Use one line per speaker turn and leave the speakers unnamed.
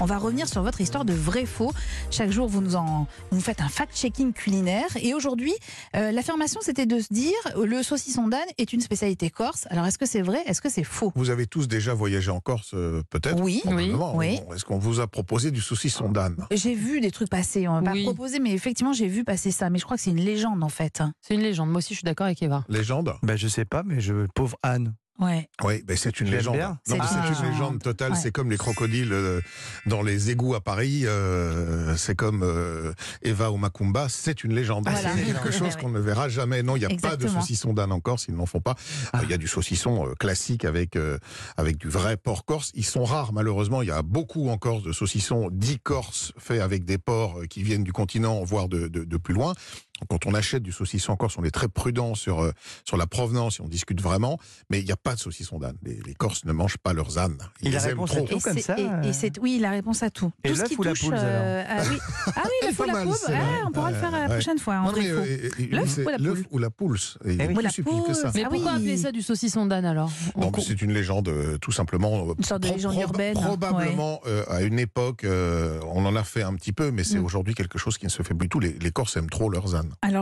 On va revenir sur votre histoire de vrai-faux. Chaque jour, vous nous en, vous faites un fact-checking culinaire. Et aujourd'hui, euh, l'affirmation, c'était de se dire le saucisson d'âne est une spécialité corse. Alors, est-ce que c'est vrai Est-ce que c'est faux
Vous avez tous déjà voyagé en Corse, euh, peut-être
Oui,
probablement.
oui.
Est-ce qu'on vous a proposé du saucisson d'âne
J'ai vu des trucs passer. On va pas
Oui.
proposer, mais effectivement, j'ai vu passer ça. Mais je crois que c'est une légende, en fait.
C'est une légende. Moi aussi, je suis d'accord avec
Ah
Eva.
Légende
Ben, je sais pas, mais je. Pauvre Anne.
Ouais.
Oui, ben c'est une
Je l'aime
légende.
bien.
Non,
C'est
mais
une
c'est une
légende.
légende totale.
Ouais.
C'est comme les crocodiles euh, dans les égouts à Paris. euh, c'est comme euh, Eva au Macumba. C'est une légende.
Ah, voilà.
C'est quelque chose qu'on ne verra jamais. Non, il n'y a pas de
Exactement.
saucisson d'âne en Corse. Ils n'en font pas. Euh, Il y a du saucisson euh, classique avec euh, avec du vrai porc corse. Ils sont rares, malheureusement. Il y a beaucoup en Corse de saucissons dits corse faits avec des porcs euh, qui viennent du continent, voire de, de- de plus loin. Quand on achète du saucisson en Corse, on est très prudent sur euh, sur la provenance et on discute vraiment. Mais il n'y a pas de saucisson d'âne. Les, les Corses ne mangent pas leurs ânes. Ils
Et la
les aiment
réponse est
trop.
Tout comme
c'est-
ça,
et-
euh.
et c'est oui, la réponse à tout.
Et
tout ce
l'œuf
qui
ou la
touche.
poule,
ah oui, ah oui,
Elle est
l'œuf ou
pas
la
mal,
poule.
celle-là.
Ah, on pourra le
Euh,
faire la
Ouais.
prochaine fois. un
Non,
vrai
mais,
faux.
euh, euh,
L'œuf
c'est
ou la
l'œuf
poule
ou la poulse. Et
Eh oui.
Ou la
plus subtil que ça.
poule.
Mais
Ah
pourquoi
oui.
appeler ça du saucisson d'âne alors On
Non, mais
co-
c'est une légende, euh, tout simplement.
Une sorte de légende urbaine, hein,
Probablement, euh, à une époque, euh, on en a fait un petit peu, mais c'est
Mm.
aujourd'hui quelque chose qui ne se fait plus du tout. Les, les Corses aiment trop leurs ânes.